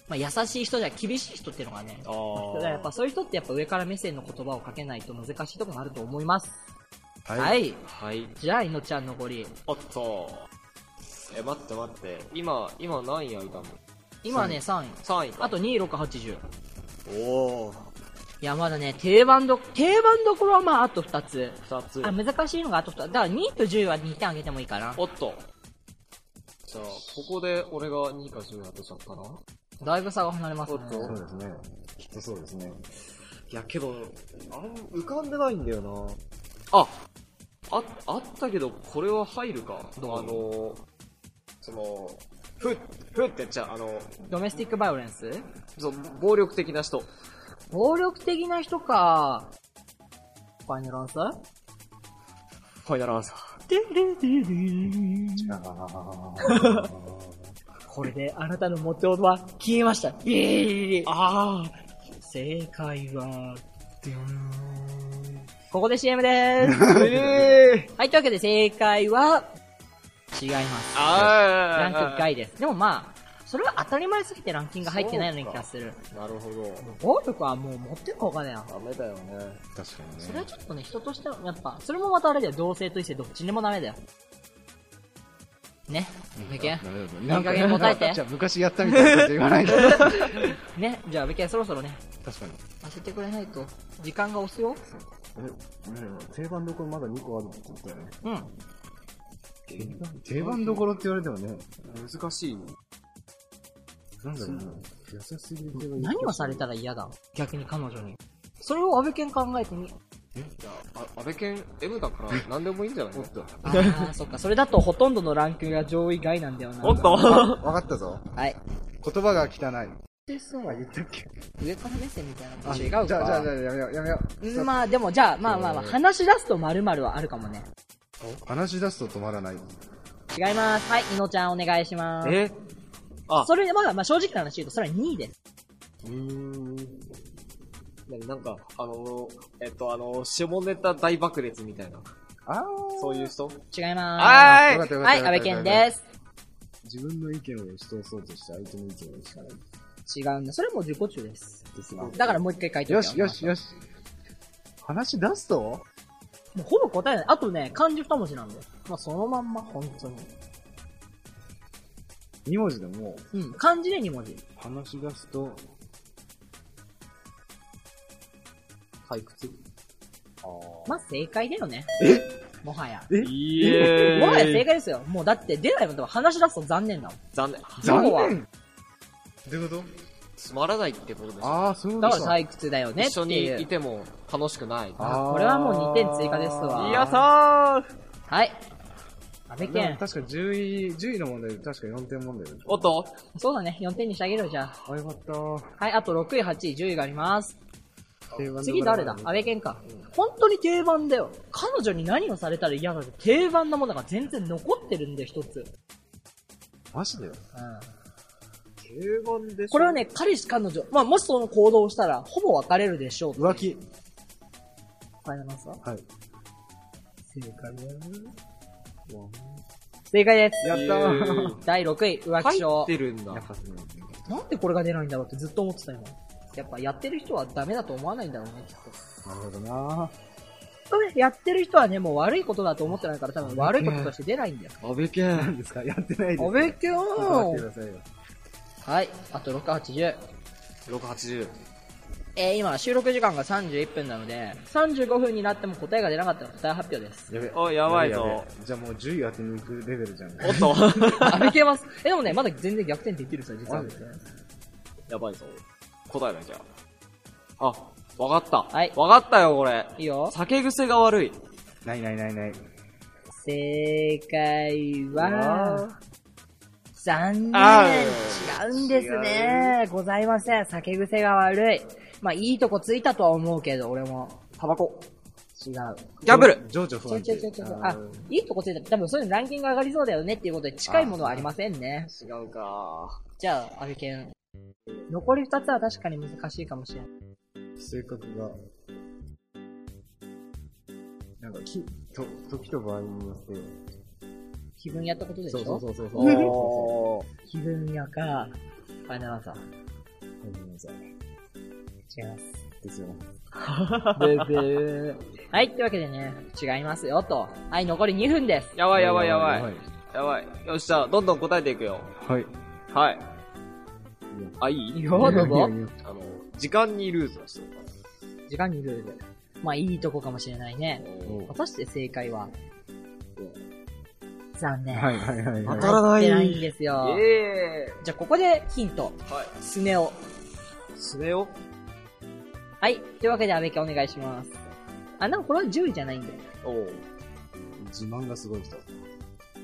S1: まあ、優しい人じゃ厳しい人っていうのがね、
S3: あ
S1: だからやっぱ
S3: ー。
S1: そういう人ってやっぱ上から目線の言葉をかけないと難しいところもあると思います。はい。
S2: はい。
S3: はい。
S1: じゃあ、いのちゃん残り。
S3: おっと。え、待って待って。今、今何位あるかも。
S1: 今ね、3位。
S3: 3位か。
S1: あと2、6、80。い
S3: おー。
S1: や、まだね、定番ど、定番どころはまあ、あと2つ。
S3: 2つ
S1: あ、。難しいのがあと2つ。だから2位と10位は2点あげてもいいかな。
S3: おっと。じゃあ、ここで俺が2位か10位当てちゃったな。
S1: だいぶ差が離れますね。
S3: おっと
S2: そうですね。きっとそうですね。
S3: いや、けど、あん、浮かんでないんだよな。あ、あ、あったけど、これは入るか。あ
S1: どう
S3: の、その、ふ、ふってやっちゃう、あの、
S1: ドメスティックバイオレンス
S3: そう暴力的な人。
S1: 暴力的な人か。ファイナルアンサー
S3: ファイナルアンサ
S2: 違うな
S1: これであなたのモテ男は消えました。イエーイ
S3: あ
S1: 正解は、ここで CM でーす。
S3: ー。え
S1: はい、というわけで正解は、違います。
S3: あ
S1: ラン
S3: ー。
S1: ク外です。でもまあ、それは当たり前すぎてランキング入ってないような気がする。
S3: なるほど。
S1: 暴力はもう持ってるかお金やん。
S3: ダメだよね。
S2: 確かに
S1: それはちょっとね、人としては、やっぱ、それもまたあれだよ。同性と異性どっちにもダメだよ。ね。ベケン
S2: ダメだぞ
S1: いい加減答えて
S2: じゃあ昔やったみたいなこと言わな
S1: *laughs*
S2: いで。確か
S1: ね。じゃあ、ベケンそろそろね、
S2: に。
S1: 当ててくれないと、時間が押すよ。
S2: え、定番どころまだ2個あるって言ったよね。
S1: うん。
S2: 定番どころって言われてもね、
S3: 難しいね。
S2: なんだろうな。優しすぎる定番
S1: 何をされたら嫌だ逆に彼女に。それを安倍健考えてみ。
S3: じゃあ、あ安倍健 M だから *laughs* 何でもいいんじゃない
S2: おっと。
S1: ああ、そっか。それだとほとんどのランクが上位外なんだよな。
S3: おっと
S2: わかったぞ。
S1: はい。
S2: 言葉が汚い。
S1: でさ、
S2: 言ったっけ
S1: 上から目線みたいな
S2: あ
S1: 違うか。
S2: じゃあ、じゃあ、じゃあ、やめよう、やめよう。
S1: うんまあでも、じゃあ、まあまあまあ、話し出すと〇〇はあるかもね。
S2: 話し出すと止まらない。
S1: 違います。はい、いのちゃんお願いします。
S3: えあ、
S1: それで、まあ、まあ正直な話言うと、それは2位です。
S3: うーん。ななんか、あの、えっと、あの、下ネタ大爆裂みたいな。
S2: あー。
S3: そういう人
S1: 違います。
S3: はーい
S2: よかったよかった。
S1: はい、安倍健ですす。
S2: 自分の意見を押し通そうとして相手の意見を押しない。
S1: 違うんだ。それも自己中です。
S2: ですな。
S1: だからもう一回書いて
S2: よしよしよし。話し出すと
S1: もうほぼ答えない。あとね、漢字二文字なんで。まあそのまんま、本当に。
S2: ?2 文字でも、
S1: うん、漢字で2文字。
S2: 話し出すと、
S3: 退屈
S2: あー
S1: まあ正解だよね。もはや。
S2: え
S3: い
S1: もはや正解ですよ。もうだって出ないもんでも話し出すと残念だもん。
S3: 残念。
S2: 残
S1: 要は
S2: 念どういうこ
S3: つまらないってことでし
S2: と
S3: ょ。
S2: ああ、そういうこ
S1: だ
S2: と
S1: から退屈だよね
S3: 一
S1: っ
S3: 緒
S1: てい
S3: に
S1: う
S3: い。ても楽しくない。
S2: あー
S1: これはもう2点追加ですわ。
S2: いや
S3: さー
S1: はい。安倍
S2: でも
S1: 健。
S2: 確か10位、10位の問題で確か4点問題だよ。
S3: おっと
S1: そうだね。4点にしてあげるよ、じゃあ。
S2: あ、よかった
S1: はい、あと6位、8位、10位があります。
S2: 定番
S1: 次誰だ安倍健か。本当に定番だよ。彼女に何をされたら嫌だって定番なものが全然残ってるんで、一つ。
S2: マジで
S3: 定番で
S1: これはね、彼氏、彼女、まあ、もしその行動をしたら、ほぼ別れるでしょう。
S2: 浮気。
S1: ファイナルアンサー
S2: はい。
S1: 正解正解です。
S2: やったー
S1: 第6位、浮気
S3: 入
S1: 症
S3: っ。てるんだ
S2: やっ。ぱそうなんだ
S1: なんでこれが出ないんだろうってずっと思ってたよ。やっぱやってる人はダメだと思わないんだろうね、きっと。
S2: なるほどな
S1: やってる人はね、もう悪いことだと思ってないから、多分悪いこととして出ないんだよ。
S3: 安倍健。
S2: 何ですかやってないです。
S1: おべきよ
S2: 答えてくださいよ。
S1: はい、あと6、8、10。
S3: 680。
S1: えー、今、収録時間が31分なので、35分になっても答えが出なかったら答え発表 *laughs* です。
S2: やべ
S3: あやばいぞ
S2: やべやべじゃあもう10位当てに行くレベルじゃん。
S3: おっと
S1: あ、いけます。え、でもね、まだ全然逆転できるさ、実は。
S3: *laughs* やばいぞ。答えなきゃ。あ、わかった。
S1: はい
S3: わかったよ、これ。
S1: いいよ。
S3: 酒癖が悪い。
S2: ないないないない。
S1: 正解は、残
S3: あ
S1: 念。違うんですね。ございません。酒癖が悪い。まあ、いいとこついたとは思うけど、俺も。
S3: タバコ。
S1: 違う。
S3: ギャンブル。
S2: 情緒
S1: ち
S2: 不
S1: ょ
S2: 安
S1: ち
S2: 定
S1: ょちょちょちょ。あ、いいとこついた。多分そういうのランキング上がりそうだよねっていうことで近いものはありませんね。
S3: 違う *laughs* か
S1: じゃあ、安倍健。残り2つは確かに難しいかもしれない。
S2: 性格が、なんか、き、と、時と場合によって、
S1: 気分屋ってことでしょ
S2: うそう *laughs*
S3: ー。おー。
S1: 気分屋か、ファイナルアンサー。
S2: ごめんなさい
S1: 違います。
S2: ですよ。
S1: はい、というわけでね、違いますよと。はい、残り2分です。
S3: やばいやばいやばい。やばい。よっしゃ、どんどん答えていくよ。
S2: はい。
S3: はい。あ、いい
S1: よどうぞ。
S3: *laughs* あの、時間にルーズはしてるか
S1: 時間にルール。まあ、いいとこかもしれないね。
S3: ら。
S2: お
S1: 果たして正解は、残念。
S2: はいはいはいは
S3: 当
S2: い。
S3: たらない。
S1: 当たってないんですよ
S3: イエ
S1: じゃあ、ここでヒント。
S3: ーイ。はい。
S1: スネ夫。
S3: スネ夫
S1: はい。というわけで、安部家お願いします。あ、なんかこれは10位じゃないんだよ。
S3: おう自慢がすごい人。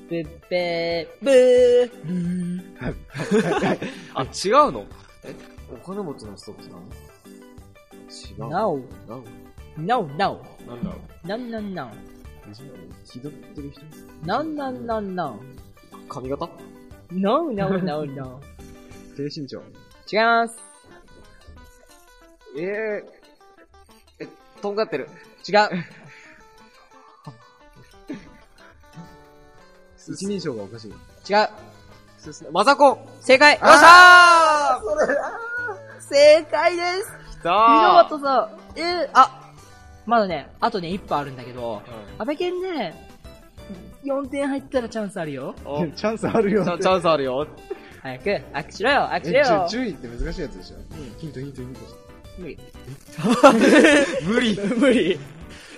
S1: ブッベー、ブー、ブー。
S3: あ、違うのえお金持ちの人ってなの違う。
S1: なお、
S3: なお。
S1: なお、なお。
S3: なんだろ
S1: なんなんなん。
S3: う。気取ってる人
S1: なんなんなんなん。
S3: 髪型
S1: なお、なお、なお、なお。
S2: 低身長。
S1: 違います。
S3: えええ、とんがってる。
S1: 違う。
S2: 一人称がおかしい。
S1: 違う。
S3: すすマザコン
S1: 正解。よっしゃ
S3: あー
S1: 正解です。見
S3: 来た
S1: 事さ、えー、あ、まだね、あとね、1分あるんだけど、
S3: ー
S1: 安倍健ね、4点入ったらチャンスあるよ。
S3: うん
S2: チャンスあるよ
S3: おチャ
S2: って。
S3: チャンスあるよ。
S1: 早く、握手しろよ、握手
S2: え、
S1: し
S2: じ
S1: ろ
S2: ゅ
S1: よ。
S2: 注意って難しいやつでしょ
S1: うん
S2: ヒントヒントヒント。
S1: 無理。
S3: *laughs* 無理。
S1: 無理。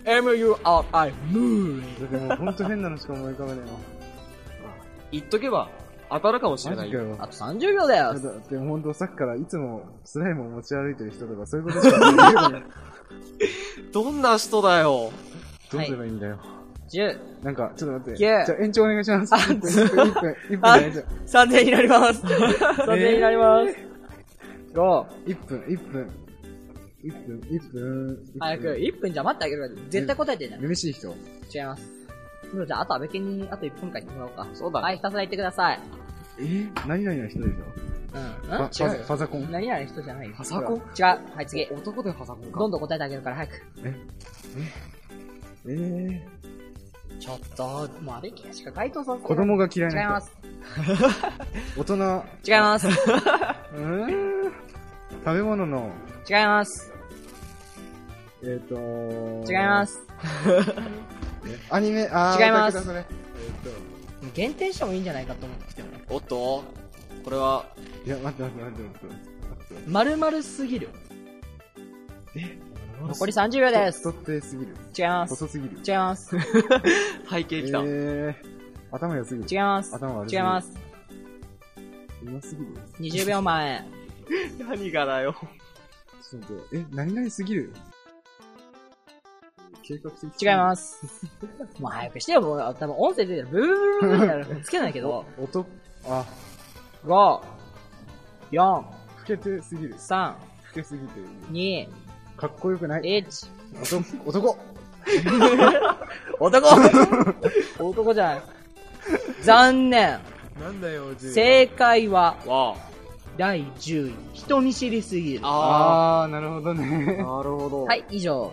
S1: M-U-R-I、無理。
S2: だってもうほんと変なのしか思い浮かばね
S3: 言っとけば当たるかもし
S2: えな。マ
S3: れ
S2: ジ
S3: ない
S2: か
S3: よ。
S2: よ。
S1: あと30秒だ
S2: だ
S1: よ。
S2: ってほんとさっきからいつもスライムを持ち歩いてる人とかそういうことしかないよね。
S3: どんな人だよ。
S2: どうすればいいんだよ。
S1: 10、
S2: なんか、ちょっと待って。
S1: いけ
S2: じゃあ延長お願いします。
S1: あ
S2: 1分、1分、1分
S1: あ
S2: で延長。
S1: 3000になり *laughs* ます。3000になります。5、
S2: 1分、1分。1分、1分。
S1: *laughs* 早く、1分じゃ待ってあげるから、絶対答えてね。
S2: めしい人。
S1: 違います。もうじゃあ、あと安倍健にあと1分間言ってもらおうか。
S3: そうだね
S1: はい、ひたすら言ってください。
S2: え何々の人でしょ
S1: うん。
S2: パ
S1: ん違うよ。
S2: パザコン。
S1: 何々人じゃないよ。
S3: パサコン
S1: 違う。はい、次。
S3: 男でパサコンか。
S1: どんどん答えてあげるから早く。
S2: えー、
S1: ちょっと、もう安倍健しか該当させない。
S2: 子供が嫌い
S1: 違い
S2: な
S1: ま
S2: 人。
S1: す。
S2: 大人。
S1: 違
S2: う
S1: います。違い
S2: ーん。食べ物の、
S1: ます。
S2: えっ、ー、とー
S1: 違います。
S2: アニメ、あー
S1: 違います
S2: オタクだそれえっ、
S1: 減点してもいいんじゃないかと思ってきても。
S3: おっとこれは、
S2: と、いや、待って待って待って待って。待って
S1: まるまるすぎる。残り30秒です
S2: 太。ってすぎる。
S1: 違います。
S2: 細すぎる。
S1: 違います。
S3: 背景きた。
S2: えー、頭良すぎる。
S1: 違います。
S2: 頭悪す
S1: 違い
S2: ぎる
S1: ます。
S2: うますぎる。
S1: 20秒前。
S3: 何がだよ。
S2: ちょっと待って、え、何々すぎる計画的
S1: 違います。もう早くしてよ、もう多分音声出てる。ブーブーブーブーってなるつけないけど。
S2: す。音、あ、
S1: 5、4、
S2: 老けてすぎる。
S1: 3、
S2: 老けすぎてる。
S1: 2、
S2: かっこよくない
S1: 1。
S2: 男男
S1: 男男じゃない。残念。
S2: なんだよ、じ
S1: 正解は、
S3: わ
S1: 第10位。人見知りすぎる。は
S3: あ。あ
S2: あー、なるほど
S3: ー。
S2: ね。
S3: なるほど。。
S1: い、以上。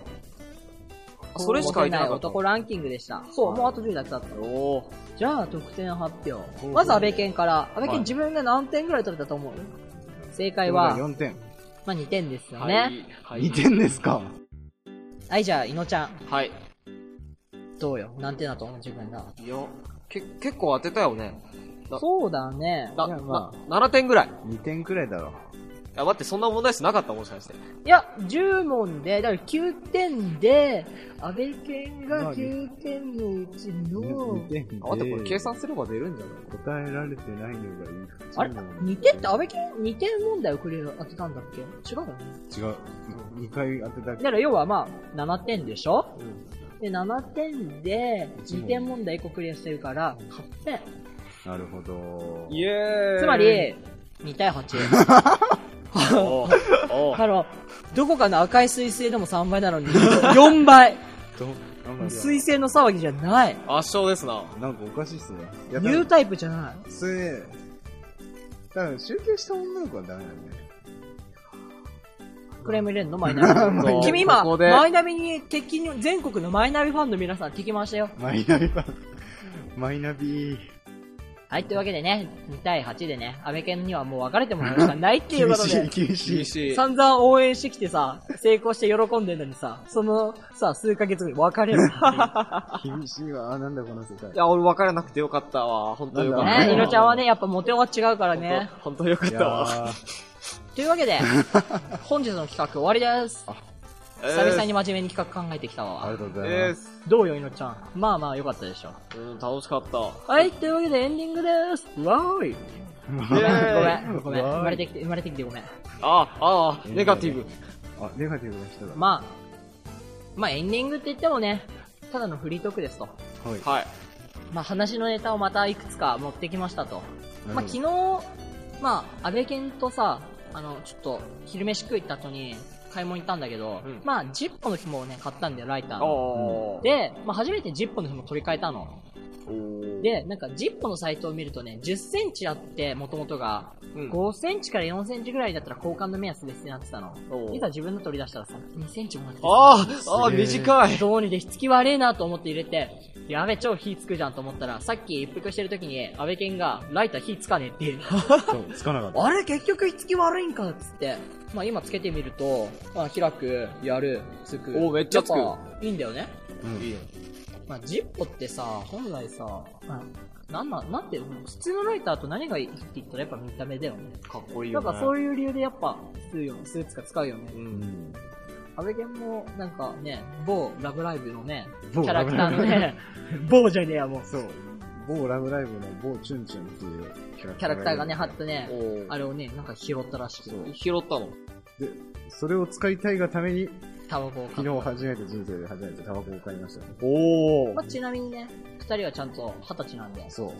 S3: それしか言ってなかった
S1: 男ランキングでした。そう、もうあと10だけだった。
S3: おー。
S1: じゃあ、得点発表。
S2: う
S1: まず、安倍健から。安倍
S3: は
S1: 健
S3: い
S1: 自分が何点ぐらい取れたと思う正解は、
S2: 4点。
S1: まあ2点ですよ
S3: はい。
S1: ね。
S3: はい。
S2: 2点ですか
S1: はい、じゃあ、いのちゃん。
S3: はい。
S1: どうよ何点だと思う自分が。
S3: いや、け、結構当てたよね。あ
S1: そうだね。
S3: な、
S2: いや
S3: な、
S2: ま
S3: 7点ぐらい。
S2: ?2 点くらいだろ。
S3: いや、待って、そんな問題数なかったもしかして。
S1: いや、10問で、だから9点で、安倍健が9点のうちの、
S2: 2点で。
S3: あ、待って、これ計算すれば出るんじゃない
S2: 答えられてないのがいい。
S1: あれ ?2 点って安倍健 ?2 点問題をクリア当てたんだっけ違うよね。
S2: 違う。2回当てた
S1: だから要はまあ、7点でしょ
S3: うん。
S1: で、7点で、
S2: 一問
S1: 2点問題1個クリアしてるから、8点。
S2: なるほど。
S3: イエーイ
S1: つま、り、2対8。
S3: *laughs* お
S1: だ
S3: お
S1: から、どこかの赤い彗星でも3倍なのに、4倍。
S2: ど、なんだ
S1: 彗星の騒ぎじゃない。
S3: 圧勝ですな。
S2: なんかおかしいっすね。いや、
S1: ニュータイプじゃない。
S2: それ、多分、集計した女の子はダメだよね。
S1: クレーム入れんのマイ
S3: *laughs*
S1: ナ
S2: マ
S1: ビ
S2: イナビ。
S1: 君今、
S3: ここで
S1: マイナビに敵に、全国のマイナビファンの皆さん聞きましたよ。
S2: マイナビは、マイナビ、
S1: はい、というわけでね、2対8でね、安倍健にはもう別れてもらうしかないっていう
S2: 厳
S3: *laughs*
S1: こと
S2: しい、
S1: で、
S2: 厳しい。
S3: し
S1: 散々応援してきてさ、成功して喜んでるのにさ、そのさ、数ヶ月後に別れるってい
S2: 厳しいわ。あーなんだこの世界
S3: い。や、俺分からなくてよかったわ。本当よかっ
S1: う
S3: た
S2: なんだ
S1: ね。
S2: ろ
S3: わ。
S1: ね、
S2: う
S1: いのちゃんはね、やっぱモテは違うからね。
S3: 本当。本当よかっ
S2: い
S3: たわ。
S2: やー
S1: *laughs* というわけで、本日の企画終わりです。
S3: えー
S1: 久々に真面目に企画考えてきた
S2: あ
S1: わ
S2: りが。とうござい
S3: え
S2: ます。
S1: どうよ、いのちゃん。まあまあ、よかったでしょ。
S3: ー、うん、楽しかった。
S1: はい、というわけでエンディングです。わーい。
S3: え
S1: ご
S3: ー
S1: めん、ごめん。
S2: わーい
S1: 生まれてきて、生まれてきてごめん。
S3: あ、ああ、ネガティブ。
S2: あ、ネガティブな人だ。
S1: まあ、まあエンディングって言ってもね、ただのフリートークですと。
S2: はい。
S3: はい。
S1: まあ話のネタをまたいくつか持ってきましたと。まあ昨日、まあ安倍健とさ、あの、ちょっと昼飯食い行った後に買い物行ったんだけど、
S3: うん
S1: まあジッポの紐をね、買ったんだよ、ライターの。
S3: おー。
S1: で、まあ初めてジッポの紐取り替えたの。
S3: おー、
S1: で、なんかジッポのサイトを見るとね、10センチあって、元々が、
S3: うん
S1: 5センチから4センチぐらいだったら交換の目安ですってなってたの。
S3: おー
S1: いざ自分の取り出したらさ、2センチもなくてさ
S3: あーあー、
S2: すげー
S3: 短い。
S1: どうにで引き悪いなと思って入れて、やべ、超火つくじゃんと思ったら、さっき一服してる時に、安倍健が、ライター火つかねえって。
S2: そう、つかなかった。
S1: あれ、結局火つき悪いんかっつって。まあ今つけてみると、まあ開く、やる、つく。
S3: おめっちゃつく
S1: やぱいいんだよね。
S2: うん
S3: いいね
S1: まあジッポってさ、本来さ、なんなん、なんて、普通のライターと何がいいって言ったらやっぱ見た目だよね。
S3: かっこいい
S1: な
S3: よ、
S1: ん
S3: ね。
S1: かそういう理由でやっぱ、吸うよ、吸うつか使うよね。
S2: う
S3: うん。
S2: ん。
S1: 安倍健も、なんかね、某ラブライブのね、キ
S2: 某
S1: ャラクターのね、 *laughs* 某じゃねえや、もう。
S2: そう。某ラブライブの某チュンチュンっていうキャラク
S1: キャラクターがね、貼ってね、
S3: お
S1: あれ
S3: れ
S1: をね、なんか拾ったらしくて、
S3: 拾ったの。
S2: で、それを使いたいがために、
S1: タバコを買
S2: 昨
S1: った
S2: 日初めて人生で初めてタバコを買いました。
S3: お
S1: まあ、ちなみにね、二人はちゃんと二十歳なんで、
S2: そう。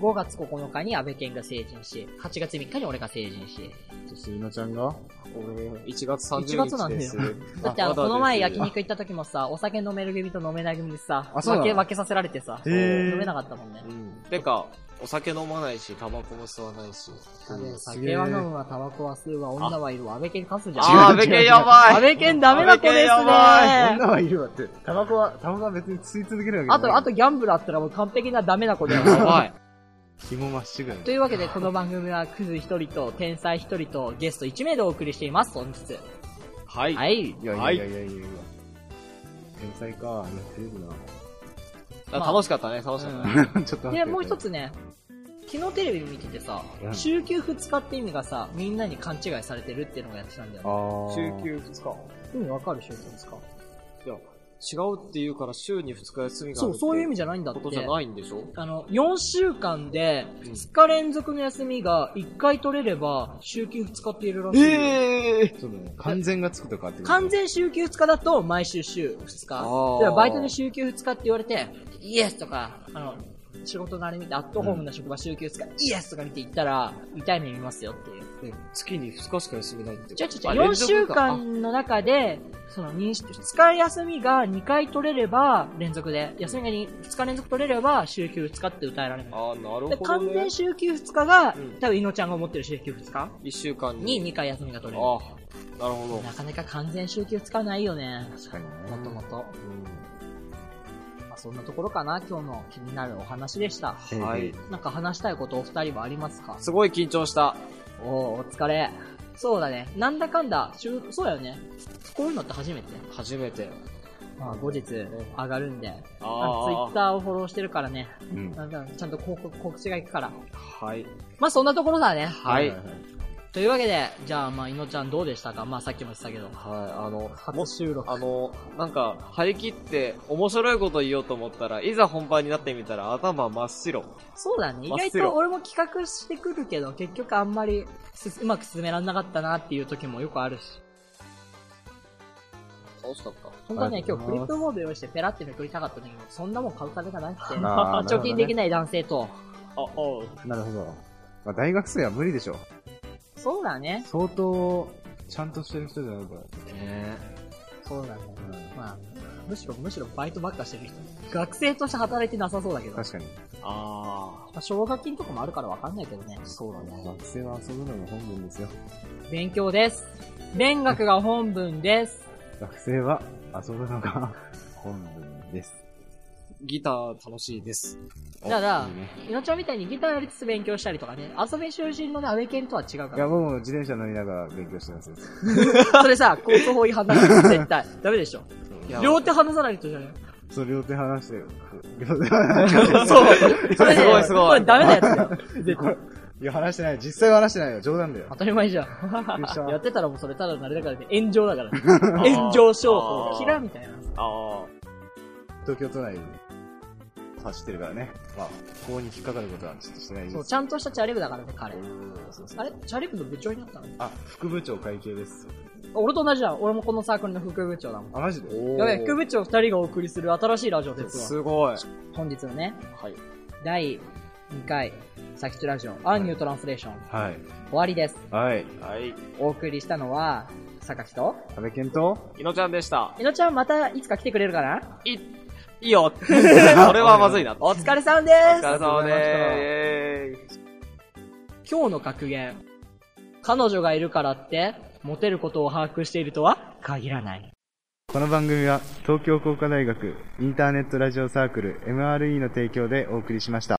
S1: 5月9日に安倍健が成人し、8月3日に俺が成人し、
S2: そして、いのちゃんが
S3: 俺、1月30日です。
S1: 1月なんだよだってあの、この前焼肉行った時もさ、お酒飲める組と飲めない組でさ、
S2: あそうな
S1: 分け
S2: の
S1: 分けさせられてさ、
S2: へー
S1: 飲めなかったもんね。
S3: うん。てか、お酒飲まないし、タバコも吸わないし。
S1: だね
S2: す
S1: 酒
S2: げえ
S1: は飲むわ、タバコは吸うわ、女はいるわ、安倍健勝つじゃん。
S3: あー、べけやばい
S1: 安倍健ダメな子ですね
S3: 安倍健
S2: 女はいるわって。タバコは、タバコは別に吸い続けるわ
S1: あ
S2: けじ
S1: と、
S2: ゃない。
S1: あとギャンブルあったらもう完璧なダメな子だよ。
S3: やばい。
S2: 紐まっしぐらい。
S1: というわけで、この番組はクズ一人と天才一人とゲスト1名でお送りしています、本日。
S3: はい。
S1: はい。
S2: いやい
S3: は
S2: や
S3: い
S2: いやいやいやいや。天才か、やってる
S3: あ
S1: まあ
S3: 楽しかったね、楽しかったね。
S2: な。ちょっと待っ
S1: で、
S2: て。
S1: もう一。つね、昨日テレビ見ててさ
S2: う、ん
S1: 週休2日って意味がさ、みんなに勘違いされてるっていうのがやってたんだよ
S2: あ
S1: ね。
S2: ー。
S3: 休2日
S1: 意味わかる週休2日。
S3: いや、違うって言うから週に2日休みがあ
S1: そ
S3: る
S1: う、そういう意味
S3: じ
S1: じゃないんだって
S3: こ。とじゃないんでしょ
S1: あの、4週間で、
S3: うん
S1: 2日連続の休みが1回取れれば、週休2日って言えるらしいよ。
S3: ええ
S2: ちょっとね、完全がつくとかってこと。
S1: 完全週休2日だと毎週週2日。だ
S3: あー
S1: からバイトで週休2日って言われて、イエスとか、あの、仕事のあれ見て、アットホームな職場週休2日、イエスとか見て行ったら、痛い目見ますよっていう。
S3: ね月に2日しか休みないって。
S1: ちょちょちょ、
S3: あ
S1: 4
S3: 連続
S1: 週
S3: か
S1: 間の中で、その認識、2日休みが2回取れれば連続で、休みが 2, 日連続取れれば週休2日って歌えられる。
S3: ああ、なる
S1: で
S3: ほど、
S1: 完
S3: ね。
S1: 全週休2日が、
S3: うん
S1: 多分、いのちゃんが持ってる週休2日
S3: 1週間
S1: に2回休みが取れ
S3: あ
S1: る。
S3: あ、なるほど。
S1: なかなか完全週休2日はないよね。
S2: 確かにね。
S1: もともと。
S3: う
S1: まあ、そんなところかな、今日の気になるお話でした。
S3: んは
S2: はいい。。
S1: なんか話したいことお二人はありますか
S3: すごい緊張した。
S1: おおお疲れ。そうだね。なんだかんだ、しゅそうだよね。こういうのって初めて。
S3: 初めて。
S1: まあ、後日上がるんで。
S3: あ
S1: あのツイッタ
S3: ー。
S1: ーをフォローしてるからね。
S2: うん。
S1: なんだちゃんと広告告知が行くから。
S3: はい。
S1: まあそんなところだね。
S3: はい。はい。
S1: というわけで、じゃあまあ、いのちゃんどうでしたかまあさっきも言ってたけど。
S3: あの、も
S1: 初収録。
S3: あの、なんか、張り切って、面白いこと言おうと思ったら、いざ本番になってみたら、頭真っ白。
S1: そうだね。意
S3: 真っ
S1: 外
S3: 白
S1: と俺も企画してくるけど、結局あんまりすうまく進められなかったなっていう時もよくあるし。
S3: 楽しかった。
S1: 本当はね、
S2: あり
S1: 今
S2: が
S1: 日
S2: と
S1: フ
S2: うござ
S1: リ
S2: い
S1: ッ
S2: ます
S1: プボード用意してペラってめくりたかったんだけど、そんなもん買う金がなくて、
S2: あー
S1: 貯金でき
S2: な
S1: ない男性と。
S3: あ、おう。
S2: なるほど。まあ、大学生は無理でしょ。
S1: そうだね。
S2: 相当、ちゃんとしてる人じゃないから。
S3: ね
S1: そうだね。まあ、むしろむしろバイトばっかしてる人。学生として働いてなさそうだけど。ま
S2: 確かに。
S3: あ
S1: あ奨学金とかもあるからわかんないけどね。そうだ。
S2: 学生は遊ぶのが本分ですよ。 *laughs*
S1: 勉強です。勉学が本文です。
S2: 学生は遊ぶのが *laughs* 本分です。
S3: ー。ギター楽しいです。
S1: だから
S2: いいね、
S1: いのちゃんみたいにギターやりつつ勉強したりとかね、遊び就寝のね、アウェケンとは違うか
S2: いや、
S1: ら。
S2: もう自転車乗りながら勉強し
S1: *laughs*
S2: てます。
S1: それさ、交通法違反だから絶対。ダメでしょ。両手離さないとじゃない。
S2: そう、両手離して、両手離して。
S1: *laughs* そう。それね
S3: すごいすごい
S1: これダメなやつだよ。
S2: これ *laughs* いや、話してない。実際は話してないよ。冗談だよ
S1: 当。たり前じゃん
S2: りした。
S1: *laughs* やってたらもうそれただのあれだからね、炎上だからね。炎上商法
S3: あ。ー
S1: キラみたいな。
S3: あ
S2: 東京都内に走ってるからね。まあ、法に引っかかることはちょっとしてないです。
S1: そう、ちゃんとしたチャリ部だからね、彼
S2: う。んそうそう
S1: あれチャリ部の部長になったの
S2: あ、副部長会計です。
S1: 俺と同じだ。俺もこのサークルの副部長だもん。
S2: あ、マジで
S3: ー
S1: やべえ、副部長二人がお送りする新しいラジオですわ。
S3: すごい。
S1: 本日のね、
S3: はい。
S1: 第2回、サキチュラジオ、アンニュートランスレーション、
S2: はい。
S1: 終わりです。
S2: はい。
S3: はい。
S1: お送りしたのは、榊と、
S2: 安部健と
S3: いのちゃんでした。、
S1: いのちゃんまたいつか来てくれるかない
S3: い
S1: *laughs*
S3: いよ。それはまずいな。
S1: お
S3: お
S1: 疲れさんです
S3: 疲れ様でーす。
S1: 今日の格言。彼女がいるからって、モテることを把握しているとは限らない。
S2: この番組は東京工科大学インターネットラジオサークル MRE の提供でお送りしました。